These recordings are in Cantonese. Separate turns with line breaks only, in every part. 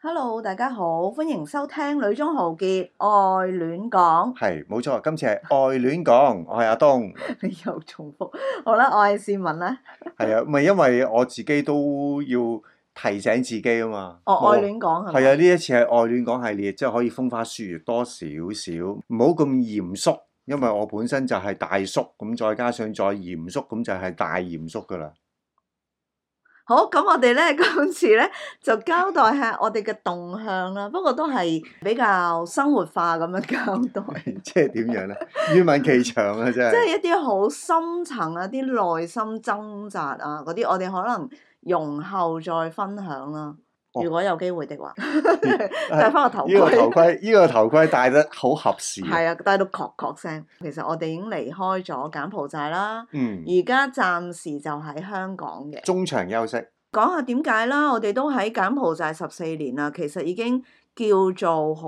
Hello，大家好，歡迎收聽《女中豪傑愛戀講》，
係冇錯，今次係愛戀講，我係阿東，
你又重複。好啦，我係善文啦，
係啊，咪因為我自己都要提醒自己啊嘛。
哦，愛戀講係咪
係啊，呢一次係愛戀講系列，即係可以風花雪月多少少，唔好咁嚴肅，因為我本身就係大叔，咁再加上再嚴肅，咁就係大嚴肅噶啦。
好，咁我哋咧今次咧就交代下我哋嘅動向啦，不過都係比較生活化咁樣交代，
即係 點樣咧？願聞其詳啊，真
即
係。
係一啲好深層啊、啲內心掙扎啊嗰啲，我哋可能容後再分享啦。
哦
如果有機會的話，戴
係
翻個頭
呢個頭
盔，
盔，呢個頭盔戴得好合時。
係啊，戴到確確聲。其實我哋已經離開咗柬埔寨啦，
嗯，
而家暫時就喺香港嘅。
中場休息。
講下點解啦，我哋都喺柬埔寨十四年啦，其實已經叫做好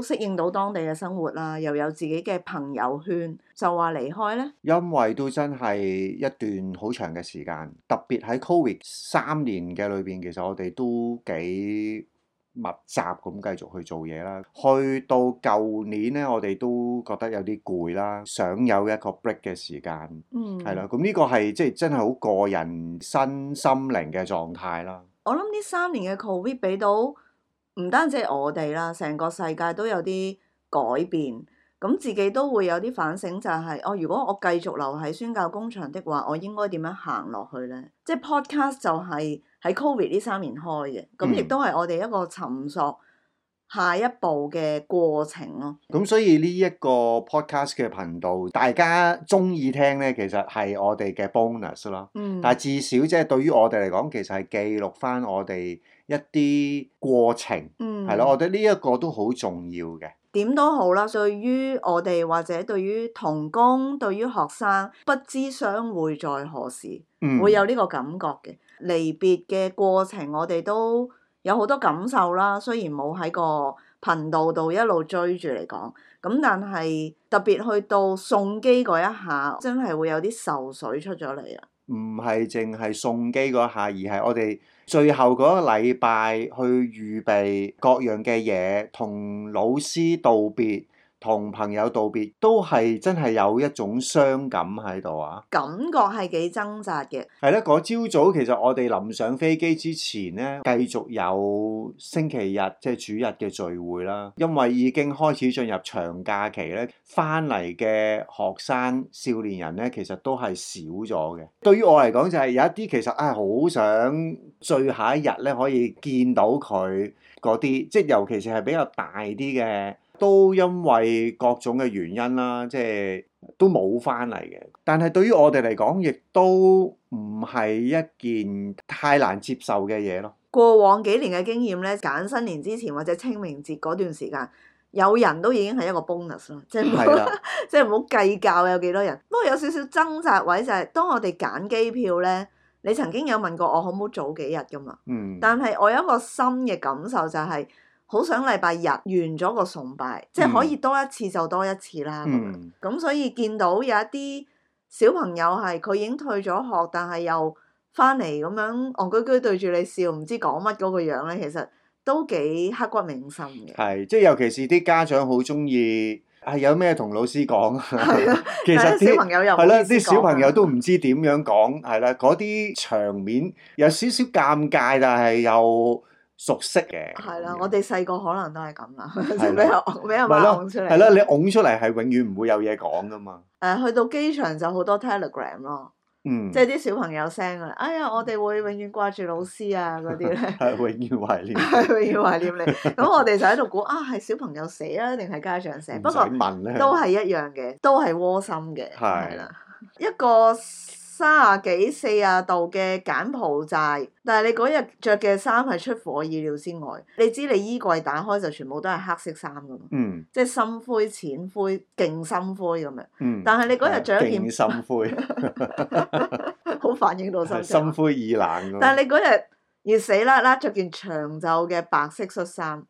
適應到當地嘅生活啦，又有自己嘅朋友圈，就話離開呢。
因為都真係一段好長嘅時間，特別喺 Covid 三年嘅裏邊，其實我哋都幾密集咁繼續去做嘢啦。去到舊年呢，我哋都覺得有啲攰啦，想有一個 break 嘅時間，
嗯，
係啦。咁呢個係即係真係好個人身心靈嘅狀態啦。
我諗呢三年嘅 Covid 俾到唔單止係我哋啦，成個世界都有啲改變。咁自己都會有啲反省、就係哦，如果我繼續留喺宣教工場的話，我應該點樣行落去呢？即係 podcast 就係喺 Covid 呢三年開嘅，咁
嗯
亦都係我哋一個尋索下一步嘅過程咯。
咁所以呢一個 podcast 嘅頻道，大家中意聽呢，其實係我哋嘅 bonus 啦。
嗯，
但係至少即係對於我哋嚟講，其實係記錄翻我哋一啲過程，
嗯
係咯、我覺得呢一個都好重要嘅。
點都好啦，對於我哋或者對於同工、對於學生，不知相會在何時。
嗯，
會有呢個感覺嘅。離別嘅過程，我哋都有好多感受啦。雖然冇喺個頻道度一路追住嚟講，咁但係特別去到送機嗰一下，真係會有啲愁水出咗嚟啊！
唔係淨係送機嗰下，而係我哋最後嗰個禮拜去預備各樣嘅嘢，同老師道別，同朋友道別，都係真係有一種傷感喺度啊！
感覺係幾掙扎嘅。
係啦，嗰朝早其實我哋臨上飛機之前呢，繼續有星期日即係主日嘅聚會啦。因為已經開始進入長假期咧，翻嚟嘅學生少年人呢，其實都係少咗嘅。對於我嚟講，就係有一啲其實啊，好、想最後一日呢可以見到佢嗰啲，即係尤其是係比較大啲嘅，都因為各種嘅原因啦，即係。都冇翻嚟嘅。但係對於我哋嚟講，亦都唔係一件太難接受嘅嘢咯。
過往幾年嘅經驗咧，揀新年之前或者清明節嗰段時間，有人都已經係一個 bonus 啦，即係
係啦，
即係唔好計較有幾多人。不過有少少掙扎位就係、當我哋揀機票咧，你曾經有問過我可唔好早幾日噶嘛？
嗯，
但係我有一個新嘅感受就係、好想禮拜日完咗個崇拜，即係可以多一次就多一次啦。咁樣
嗯，
咁、所以見到有一啲小朋友係佢已經退咗學，但係又翻嚟咁樣戇居居對住你笑，唔知講乜嗰個樣咧，其實都幾刻骨銘心嘅。
係，即係尤其是啲家長好中意係有咩同老師講， 其
但
實
係啲小
啲。
朋友又
係
係
啦，啲小朋
啊
友都唔知點樣講，係啦，嗰啲場面有少少尷尬，但係又熟悉嘅。
係啦
咁，樣
我哋細個可能都係咁 啦，即
係
係
啦
俾人俾人
咪
話
咯
拱出嚟。
係啦，你拱出嚟係永遠唔會有嘢講噶嘛。
誒，去到機場就好多 Telegram 咯。
嗯，
即係啲小朋友聲啊！哎呀，我哋會永遠掛住老師啊嗰啲咧，
係永遠懷念。
係永遠懷念你。咁我哋就喺度估啊，係小朋友寫啊，定係家長寫？不過
唔使問咧，
都係一樣嘅，都係窩心嘅，
係
係啦。一個三十幾四啊度嘅柬埔寨，但係你嗰日着嘅衫係出乎我意料之外。你知你衣櫃打開就全部都係黑色衫噶嘛，
嗯
即係深灰、淺灰、勁深灰咁樣。
嗯。
但係你嗰日着一
勁
件，
心 灰，
好反映到心情
心灰意冷咁。啊
但係你嗰日熱死啦啦，着件長袖嘅白色恤衫，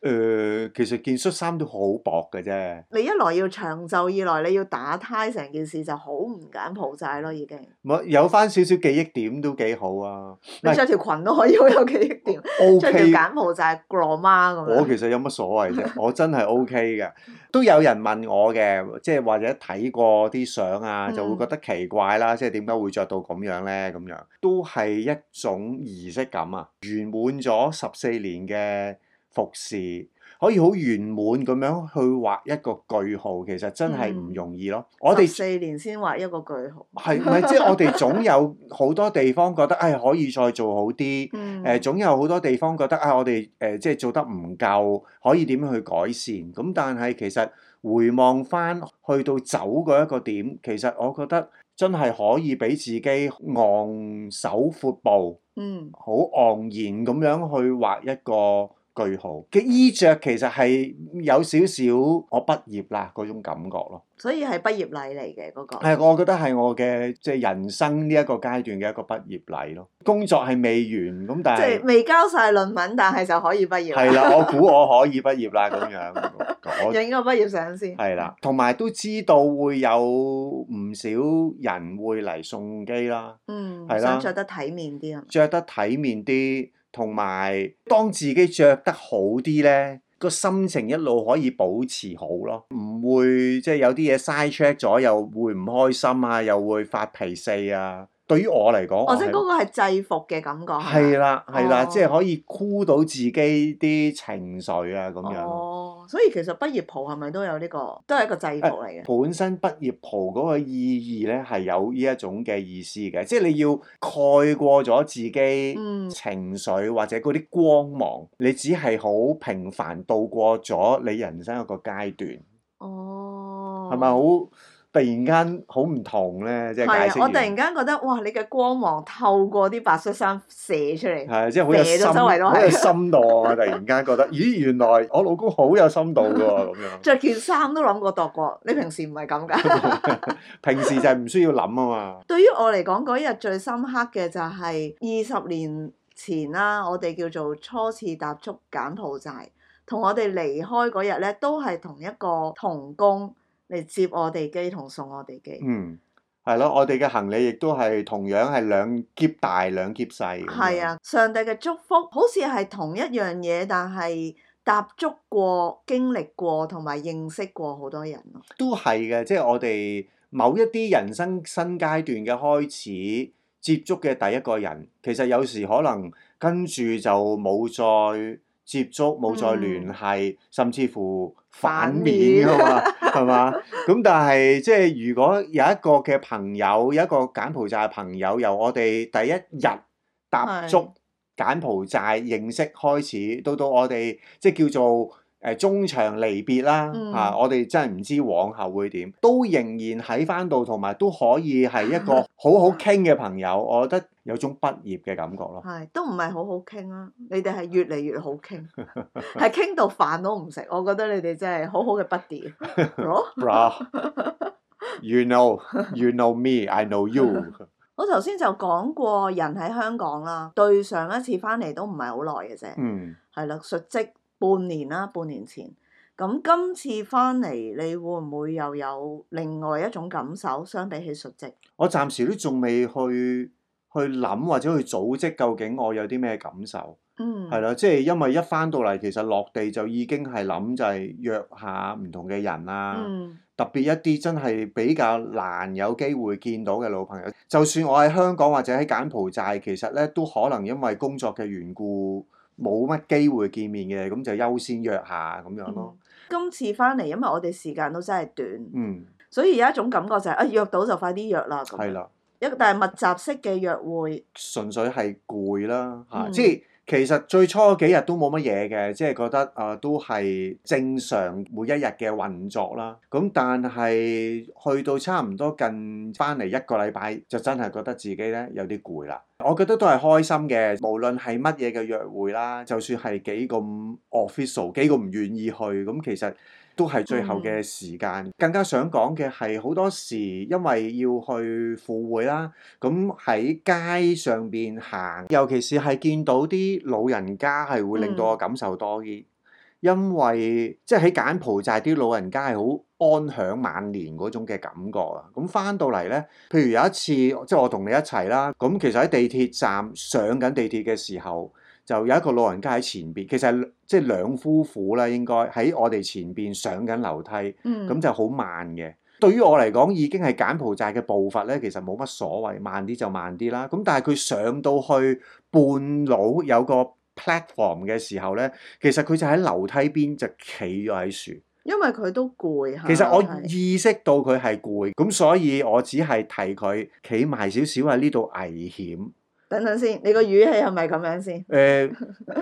誒，其實件恤衫都好薄嘅啫。
你一來要長袖，二來你要打呔，成件事就好唔柬埔寨咯，已經。
冇有翻少少記憶點都幾好啊唔
你
係
着條裙都可以好有記憶 點，
！O
着
K，
條柬埔寨 grandma 咁樣。
我其實有乜 所謂啫？我真係 O K 嘅。都有人問我嘅，即係或者睇過啲相啊，就會
嗯
覺得奇怪啦，即係點解會着到咁樣咧？咁樣都係一種儀式感啊！圓滿咗十四年嘅服侍。可以好圓滿咁樣去畫一個句號，其實真係唔
嗯
容易咯。我哋
十四年先畫一個句號。
係唔係即係我哋總有好多地方覺得，誒、哎可以再做好啲，誒、
嗯。
總有好多地方覺得啊，我哋誒、即係做得唔夠，可以點樣去改善？咁但係其實回望翻去到走嗰一個點，其實我覺得真係可以俾自己昂首闊步，
嗯。
好昂然咁樣去畫一個句號嘅衣着，其實係有少少我畢業啦嗰種感覺咯。
所以係畢業禮嚟嘅嗰個。
係，我覺得係我嘅即係人生呢一個階段嘅一個畢業禮咯。工作係未完咁，但
即係
係
未交晒論文，但係就可以畢業。
係。啦，我估我可以畢業啦咁樣。我
影個畢業相先。
係啦，同埋都知道會有唔少人會嚟送機啦，
嗯。
係
想
啦
着得體面啲啊。
着得體面啲，同埋當自己着得好啲咧。個心情一路可以保持好咯，唔會即係有啲嘢 side track 咗，又會唔開心啊，又會發脾氣啊。對於我嚟講，
哦，
我
即係
係
嗰個係制服嘅感覺。
係
啦。
啊啦，係啦，
哦
即係可以箍到自己啲情緒啊，咁樣咯。
哦，所以其實畢業袍係咪都有呢個，都係一個制服嚟嘅。
本身畢業袍嗰個意義咧，係有呢一種嘅意思嘅，即係你要蓋過咗自己
嗯
情緒或者嗰啲光芒，你只係好平凡度過咗你人生一個階段，
哦。
係咪好突然間好唔同咧？即係
係啊！
解釋
我突
完
然間覺得，哇！你嘅光芒透過啲白恤衫射出嚟，
係，即係好有
射
深，
到周圍都係
好有深度啊！突然 間覺得，咦，原來我老公好有深度㗎喎，咁樣。
着件衫都諗過度過。你平時唔係咁㗎。
平時就係唔需要諗啊嘛。
對於我嚟講，嗰日最深刻嘅就係二十年前啦，我哋叫做初次踏足柬埔寨，同我哋離開嗰日咧，都係同一個童工嚟接我哋機同送我哋機。
嗯，係咯，我哋嘅行李亦都係同樣係兩箧大兩箧細。
係，啊，上帝嘅祝福好似係同一樣嘢，但係踏足過、經歷過同埋認識過好多人咯。
都係嘅，即係我哋某一啲人生新階段嘅開始接觸嘅第一個人，其實有時可能跟住就冇再接觸，冇再聯繫，甚至乎反面㗎嘛，係嘛？咁但係即係如果有一個嘅朋友，有一個柬埔寨嘅朋友，由我哋第一日踏足
係
柬埔寨認識開始，到到我哋即係叫做誒、呃中場離別啦嚇、
嗯
啊我哋真係唔知往後會點，都仍然喺翻度，同埋都可以係一 個好好傾嘅朋友，我覺得有種畢業嘅感覺 咯。
係都唔係好好傾啦，你哋係越嚟越好傾，係傾到飯都唔食。我覺得你哋真係好好嘅 buddy 啊咯。
Bro, you know, you know me, I know you 。
我頭先就講過，人喺香港啦，對上一次翻嚟都唔係好耐嘅啫，
嗯，
係啦，述職半年啦，半年前。咁今次翻嚟，你會唔會又有另外一種感受？相比起述職，
我暫時都仲未去去諗或者去組織究竟我有啲咩感受。
嗯，
係啦，即係因為一翻到嚟，其實落地就已經係諗就係約下唔同嘅人啊啦，
嗯，
特別一啲真係比較難有機會見到嘅老朋友。就算我喺香港或者喺柬埔寨，其實咧都可能因為工作嘅緣故冇乜機會見面嘅，咁就優先約下咁樣咯
嗯。今次翻嚟，因為我哋時間都真係短，
嗯，
所以有一種感覺就係、啊約到就快啲約啦咁。
係啦。
一個但係密集式嘅約會，
純粹係攰啦嚇，
嗯
即係其實最初嗰幾日都冇乜嘢嘅，即係覺得啊、都係正常每一日嘅運作啦。咁但係去到差唔多近翻嚟一個禮拜，就真係覺得自己咧有啲攰啦。我覺得都係開心嘅，無論係乜嘢嘅約會啦，就算係幾咁 official，幾咁唔願意去，咁其實都係最後嘅時間。更加想講嘅係好多時，因為要去赴會啦。咁喺街上邊行，尤其是係見到啲老人家係會令到我感受多啲，因為即係喺柬埔寨啲老人家係好安享晚年嗰種嘅感覺啊。咁翻到嚟咧，譬如有一次即係我同你一齊啦，咁其實喺地鐵站上緊地鐵嘅時候。就有一個老人家喺前邊，其實係即係兩夫婦啦，應該喺我哋前邊上緊樓梯。
嗯，
咁就好慢嘅。對於我嚟講，已經係柬埔寨嘅步伐咧，其實冇乜所謂，慢啲就慢啲啦。咁但係佢上到去半路有個 platform 嘅時候咧，其實佢就喺樓梯邊就企咗喺樹。
因為佢都攰嚇。
其實我
啊係
意識到佢係攰，咁所以我只係提佢企埋少少喺呢度危險。
等等先，你個語氣係咪咁樣先？
誒、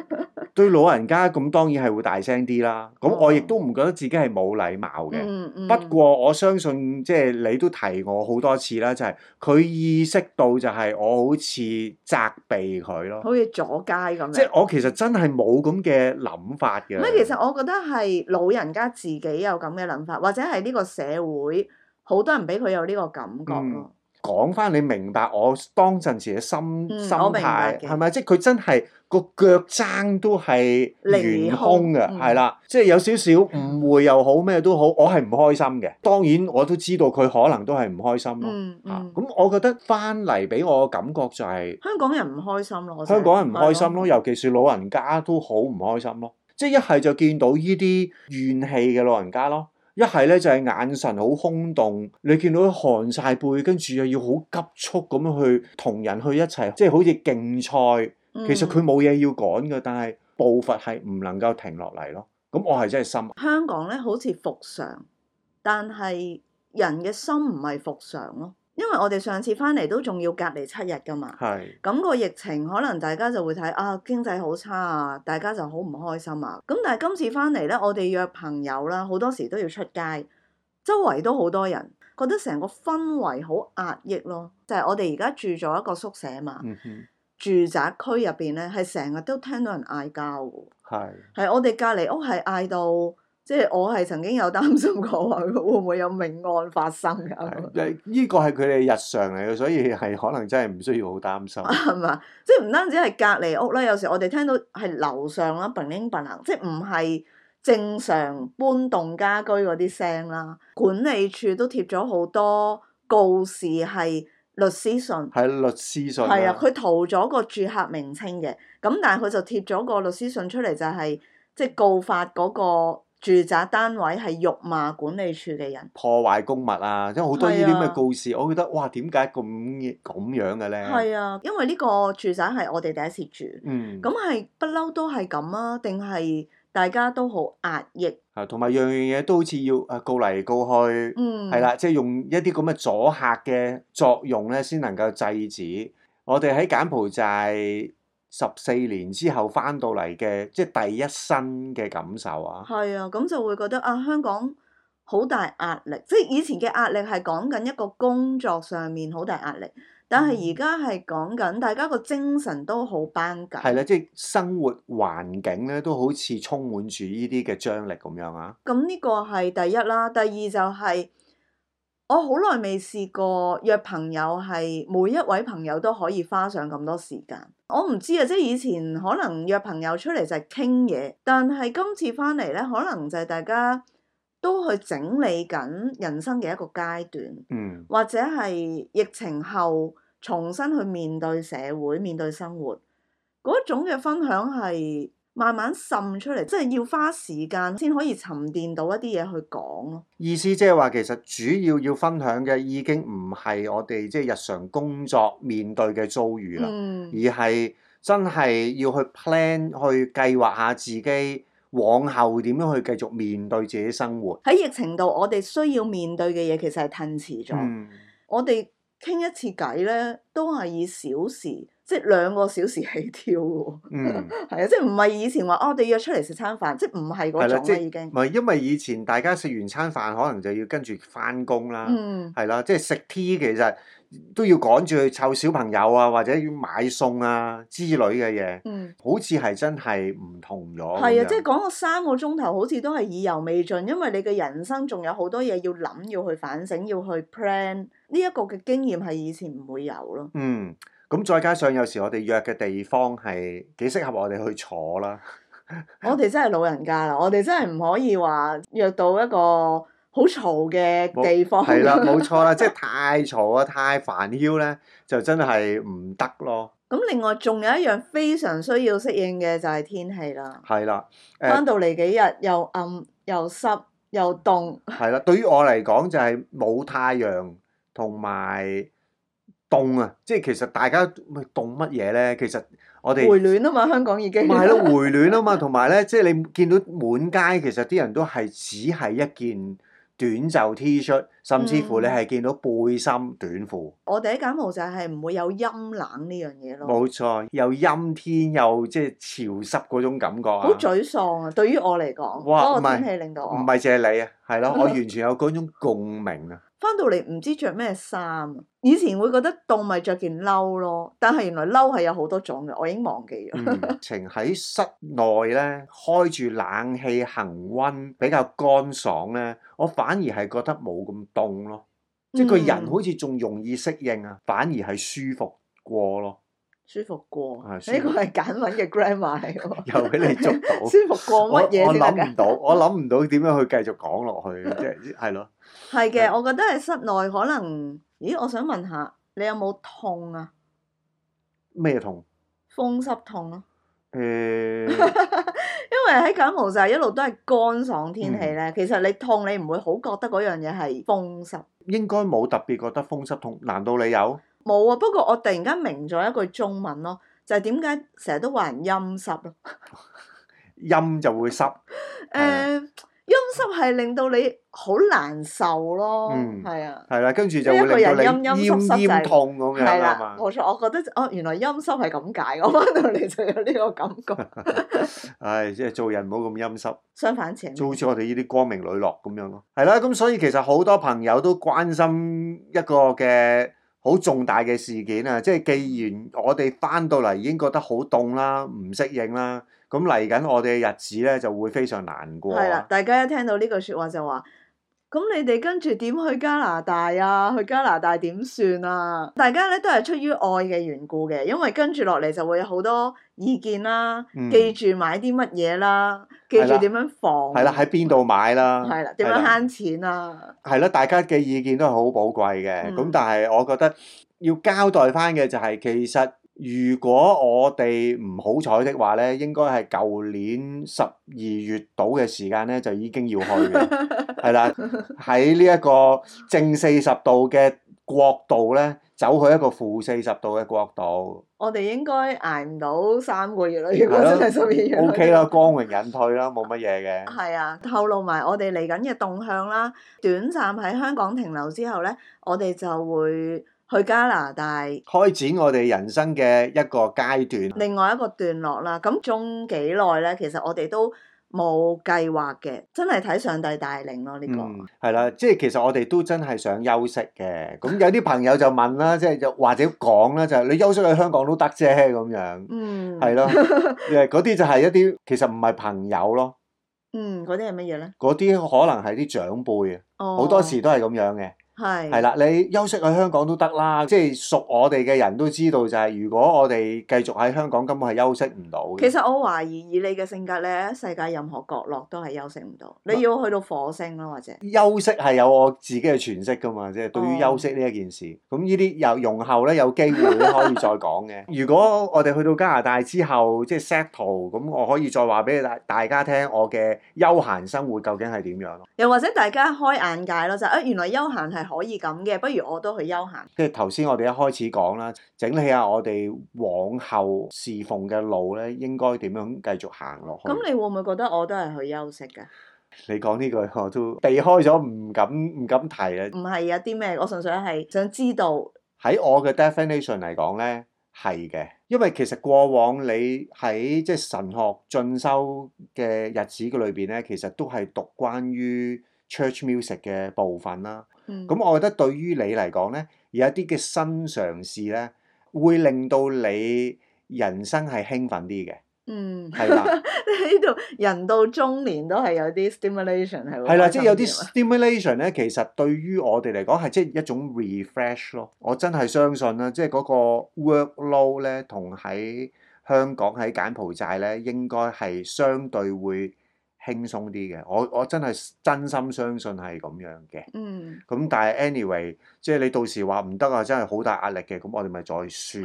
對老人家咁當然係會大聲啲啦。咁我亦都唔覺得自己係冇禮貌嘅。
嗯嗯。
不過我相信即係你都提我好多次啦，就係、佢意識到就係我好似責備佢咯，
好似阻街咁
即係
樣。
我其實真係冇咁嘅諗法嘅。
咁其實我覺得係老人家自己有咁嘅諗法，或者係呢個社會好多人俾佢有呢個感覺
嗯
咯。
講翻你明白我當陣時嘅心、
嗯
心
我明白
態
嘅
係咪？即係佢真係個腳踭都係
離
懸空嘅，
空嗯
係啦、即係有少少誤會又好咩都好，我係唔開心嘅。當然我都知道佢可能都係唔開心咯。
嗯
嚇
嗯。
咁、我覺得翻嚟俾我嘅感覺就係、
香港人唔開心咯，我成日
香港人唔開心咯，
係
尤其是老人家都好唔開心咯。即係一係就見到呢啲怨氣嘅老人家咯，一係咧就係眼神好空洞，你見到佢寒晒背，跟住又要好急速咁樣去同人去一齊，即係好似競賽。
嗯
其實佢冇嘢要趕嘅，但係步伐係唔能夠停落嚟咯。咁我係真係心
香港咧好似復常，但係人嘅心唔係復常咯，因為我哋上次翻嚟都仲要隔離七日噶嘛。
係
咁個疫情可能大家就會睇啊經濟好差啊，大家就好唔開心啊。咁但係今次翻嚟呢，我哋約朋友啦，好多時都要出街，周圍都好多人，覺得成個氛圍好壓抑咯。就係、我哋而家住咗一個宿舍嘛，
嗯哼
住宅區入邊呢，係成日都聽到人嗌交喎。
係
係我哋隔離屋係嗌到，即係我係曾經有擔心過話會唔會有命案發生啊㗎。
係，呢個係佢哋日常嚟嘅，所以係可能真係唔需要好擔心。
係嘛？ 即係唔單止係隔離屋啦，有時我哋聽到係樓上啦，砰鈴砰啷，即係唔係正常搬動家居嗰啲聲啦。管理處都貼咗好多告示係律師信，啊
係律師信
係啊
啦，
佢塗咗個住客名稱嘅，咁但係佢就貼咗個律師信出嚟，就係即係告發嗰個住宅單位係辱罵管理處嘅人。
破壞公物啊，即係好多呢啲咁
係啊
嘅告示，我覺得哇，點解咁咁樣嘅咧？
係啊，因為呢個住宅係我哋第一次住。
嗯，
咁
咁
係不嬲都係咁啊？定係大家都好壓抑？
啊，同埋樣樣嘢都好似要啊告嚟告去，
嗯，
係啦、即係用一啲咁嘅阻嚇嘅作用咧，先能夠制止。我哋喺柬埔寨十四年之後翻到嚟嘅，即係第一身嘅感受啊，
係啊，咁就會覺得啊，香港好大壓力，即係以前嘅壓力係講緊一個工作上面好大壓力，但
嗯
係而家係講緊大家個精神都好繃緊。
係啦，即係生活環境咧都好似充滿住呢啲嘅張力咁樣啊，
咁呢個係第一啦，第二就係、我好耐未試過約朋友係每一位朋友都可以花上咁多時間。我唔知啊，即係以前可能約朋友出嚟就係傾嘢，但係今次翻嚟呢，可能就係大家都去整理緊人生嘅一個階段，
嗯
或者係疫情後重新去面對社會、面對生活嗰種嘅分享係慢慢滲出嚟，即係要花時間先可以沉澱到一啲嘢去講咯。
意思即係話，其實主要要分享嘅已經唔係我哋即係日常工作面對嘅遭遇啦，
嗯
而，係真係要去 plan 去計劃下自己往後點樣去繼續面對自己生活。
喺疫情度，我哋需要面對嘅嘢其實係褪遲咗。
嗯，
我哋傾一次偈呢，都係以小時，即係兩個小時起跳喎。
嗯，
係啊，即係唔係以前話、哦、我哋約出嚟食餐飯，即係唔係
係
嗰
啦，
種
即
啦
係
已
唔
經。
係因為以前大家食完餐飯可能就要跟住翻工啦。
嗯，
係啦，即係食 tea 其實都要趕住去湊小朋友啊，或者要買餸啊之類嘅嘢，
嗯。
好似係真係唔同咗咁樣。
係啊，即係講個三個鐘頭，好似都係意猶未盡，因為你嘅人生仲有好多嘢要諗，要去反省，要去 plan。呢一個嘅經驗係以前唔會有咯。
嗯，咁再加上有時我哋約嘅地方係幾適合我哋去坐啦，
我哋真係老人家啦，我哋真係唔可以話約到一個好嘈嘅地方。
係啦，冇錯啦，即係太嘈啊，太煩囂咧，就真係唔得咯。
咁另外仲有一樣非常需要適應嘅就係天氣啦。
係啦，誒
翻到嚟幾日又暗又濕又凍，
係啦，對於我嚟講就係冇太陽同埋凍啊，即係其實大家咪凍乜嘢咧？其實我哋
回暖啊嘛，香港已經。
咪係咯，回暖啊嘛，同埋咧，即係你見到滿街其實啲人都係只係一件短袖 T 恤，甚至乎你
嗯
係見到背心短褲，
我哋喺柬埔寨係唔會有陰冷呢樣嘢咯，
冇錯，又陰天又即係潮濕嗰種感覺啊
好！沮喪啊！對於我嚟講，
哇
嗰
唔
個
係
天氣令到我
唔係淨係你啊，係咯，我完全有嗰種共鳴啊！
翻到嚟唔知着咩衫啊。以前會覺得凍咪着件褸咯，但係原來褸係有好多種嘅，我已經忘記咗。
嗯，情喺室內咧，開住冷氣恒温比較乾爽咧，我反而係覺得冇咁凍咯。即係個人
嗯
好似仲容易適應啊，反而係舒服過咯，
舒服過，
啊
呢
舒服
個係簡文嘅 grammar 嚟 喎。
又俾你捉 到。
舒服
我
過乜嘢
我
先得
諗
㗎？
唔到，我諗唔到點樣去繼續講落去，即係係咯。
係嘅，我覺得喺室內可能，咦？我想問下，你有冇痛啊？
咩痛？
風濕痛咯、
誒
因為喺柬埔寨一路都係乾爽天
嗯
氣咧，其實你痛你唔會好覺得嗰樣嘢係風濕。
應該冇特別覺得風濕痛，難道你有？
冇啊，不過我突然間明咗一句中文咯，就係點解成日都話人陰濕咯？
陰就會濕，
誒、
係啊
陰濕係令到你好難受咯，
嗯
係啊。
係啦，跟住就會
一個
令到
人
你
陰陰濕濕
奄
就
奄
係
痛咁樣
係
啦啊
啦，
嘛。
冇錯，我覺得哦，原來陰濕係咁解，我翻到嚟就有呢個感 覺。
唉，即係做人唔好咁陰濕。
相反情，
就好似我哋呢啲光明磊落咁樣咯。係啦，咁所以其實好多朋友都關心一個嘅好重大嘅事件啊，即係既然我哋翻到嚟已經覺得好凍啦，唔適應啦，咁嚟緊我哋嘅日子咧就會非常難過
係啦
啊。，
大家一聽到呢句説話就話：咁你哋跟住點去加拿大啊？去加拿大點算啊？大家咧都係出於愛嘅緣故嘅，因為跟住落嚟就會有好多意見啦，
嗯
記住買啲乜嘢啦，記
係啦
住點樣防，
係啦，喺邊度買啦？
係啦，點
係
樣
啦
慳錢啊啦，
係啦，大家嘅意見都係好寶貴嘅。
嗯
咁、但係我覺得要交代翻嘅就係、其實如果我哋唔好彩的話咧，應該係舊年十二月到嘅時間咧就已經要去嘅，係啦。喺呢一個正四十度嘅國度咧，走去一個負四十度嘅國度
我哋應該捱唔到三個月啦，
係
如果
咯
真係十二月去
，OK 啦，光榮引退啦，冇乜嘢嘅。
係啊，透露埋我哋嚟緊嘅動向啦。短暫喺香港停留之後呢，我哋就會去加拿大
開展我哋人生嘅一個階段。
另外一個段落啦。咁中幾耐呢？其實我哋都冇計劃嘅，真係睇上帝帶領咯呢、個。
嗯，係啦，即係其實我哋都真係想休息嘅。咁有啲朋友就 問啦，即係就或者講啦，就係你休息喺香港都得啫咁樣，
嗯，
係 咯。誒嗰啲就係一啲其實唔係朋友咯，
嗯，嗰啲係乜嘢呢？
嗰啲可能係啲長輩啊，
哦，
好多時都係咁樣嘅。
係
係啦，你休息喺香港都得啦，即係熟我哋嘅人都知道，就係如果我哋繼續喺香港，根本係休息唔到嘅。
其實我懷疑以你嘅性格呢，世界任何角落都係休息唔到，你要去到火星咯，或者
休息係有我自己嘅詮釋㗎嘛，即係對於
哦
休息呢一件事，咁呢啲又容後咧有機會咧可以再 講嘅。如果我哋去到加拿大之後，即係 settle，咁我可以再話俾大大家聽我嘅休閒生活究竟係點樣咯。
又或者大家開眼界咯，就啊、原來休閒係可以咁嘅，不如我都去休閒。
即係頭先我哋一開始講啦，整理下我哋往後侍奉嘅路咧，應該點樣繼續行落去。
咁你會唔會覺得我都係去休息㗎？
你講呢句我都避開咗，唔敢唔敢提啦。
唔係有啲咩？我純粹係想知道，
喺我嘅 definition 嚟講咧，係嘅，因為其實過往你喺即係神學進修嘅日子嘅裏邊咧，其實都係讀關於 church music 嘅部分啦。
嗯，
咁我覺得對於你嚟講咧，有一啲嘅新嘗試咧，會令到你人生係興奮啲嘅，
嗯，
係啦。
呢度人到中年都係有啲 stimulation 係會
係啦，
開
即
心
係有啲
啲啊
stimulation 咧，其實對於我哋嚟講係即係一種 refresh 咯。我真係相信啦，即係嗰個 workload 咧，同喺香港喺柬埔寨咧，應該係相對會輕鬆啲嘅。我我真係真心相信係咁樣嘅。
嗯，
咁但係 anyway，即係你到時話唔得啊，真係好大壓力嘅。咁 我哋咪再算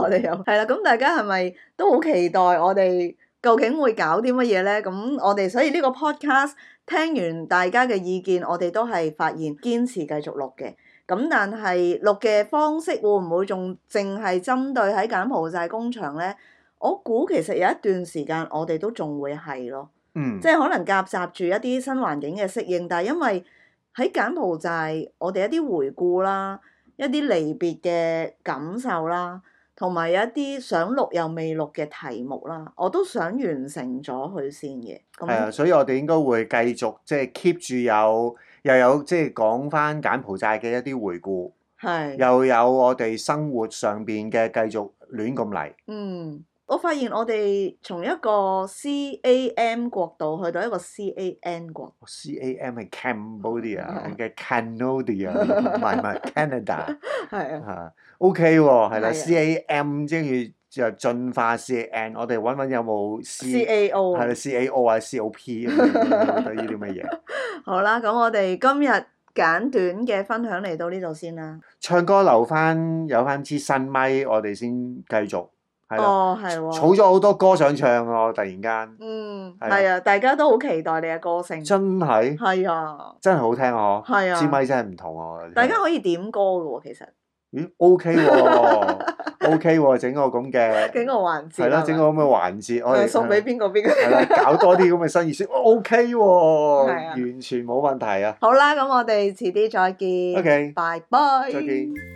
我哋又係啦，咁大家係咪都好期待我哋究竟會搞啲乜嘢咧？咁我哋所以呢個 podcast 聽完大家嘅意見，我哋都係發現堅持繼續錄嘅。咁但係錄嘅方式會唔會仲淨係針對喺柬埔寨工場咧？我估其實有一段時間我哋都仲會係咯。
嗯
即，係可能夾雜住一啲新環境嘅適應，但係因為喺柬埔寨，我哋一啲回顧啦，一啲離別嘅感受啦，同埋有一啲想錄又未錄嘅題目啦，我都想完成咗佢先嘅。咁
係啊，所以我哋應該會繼續即係 keep 住有又有即係講翻柬埔寨嘅一啲回顧，
係，
又有我哋生活上邊嘅繼續亂咁嚟。
嗯，我發現我哋從一個 C A M 國度去到一個 C A N 國，
C A M 係
啊
Cambodia，我 嘅 Canodia 唔係唔係 Canada
係啊，
嚇，OK 喎，係
係啊
啦，C A M 即係就進化 C A N，我哋揾揾有冇
C
C
A O
係啦 C A O 啊 C O P 咁樣得呢啲乜嘢？
好啦，咁我哋今日簡短嘅分享嚟到呢度先啦。
唱歌留翻有翻支新咪，我哋先繼續係啦。
哦，係喎。
儲咗好多歌想唱啊！我突然間
嗯，
係
係啊，大家都好期待你嘅歌聲。
真係
係啊，
真係好聽啊！
係
嗬支咪
啊，
真係唔同啊！
大家可以點歌嘅喎，其實
咦嗯 OK 喎 OK 喎，整個咁
整
嘅
個環節
係啦，整個咁嘅環節，我
係
哋
嗯送俾邊個邊個。
係啦，搞多啲咁嘅新意思 OK 喎，
係啊
完全冇問題啊
好啦，咁我哋遲啲再見。
OK，
拜拜。
再見。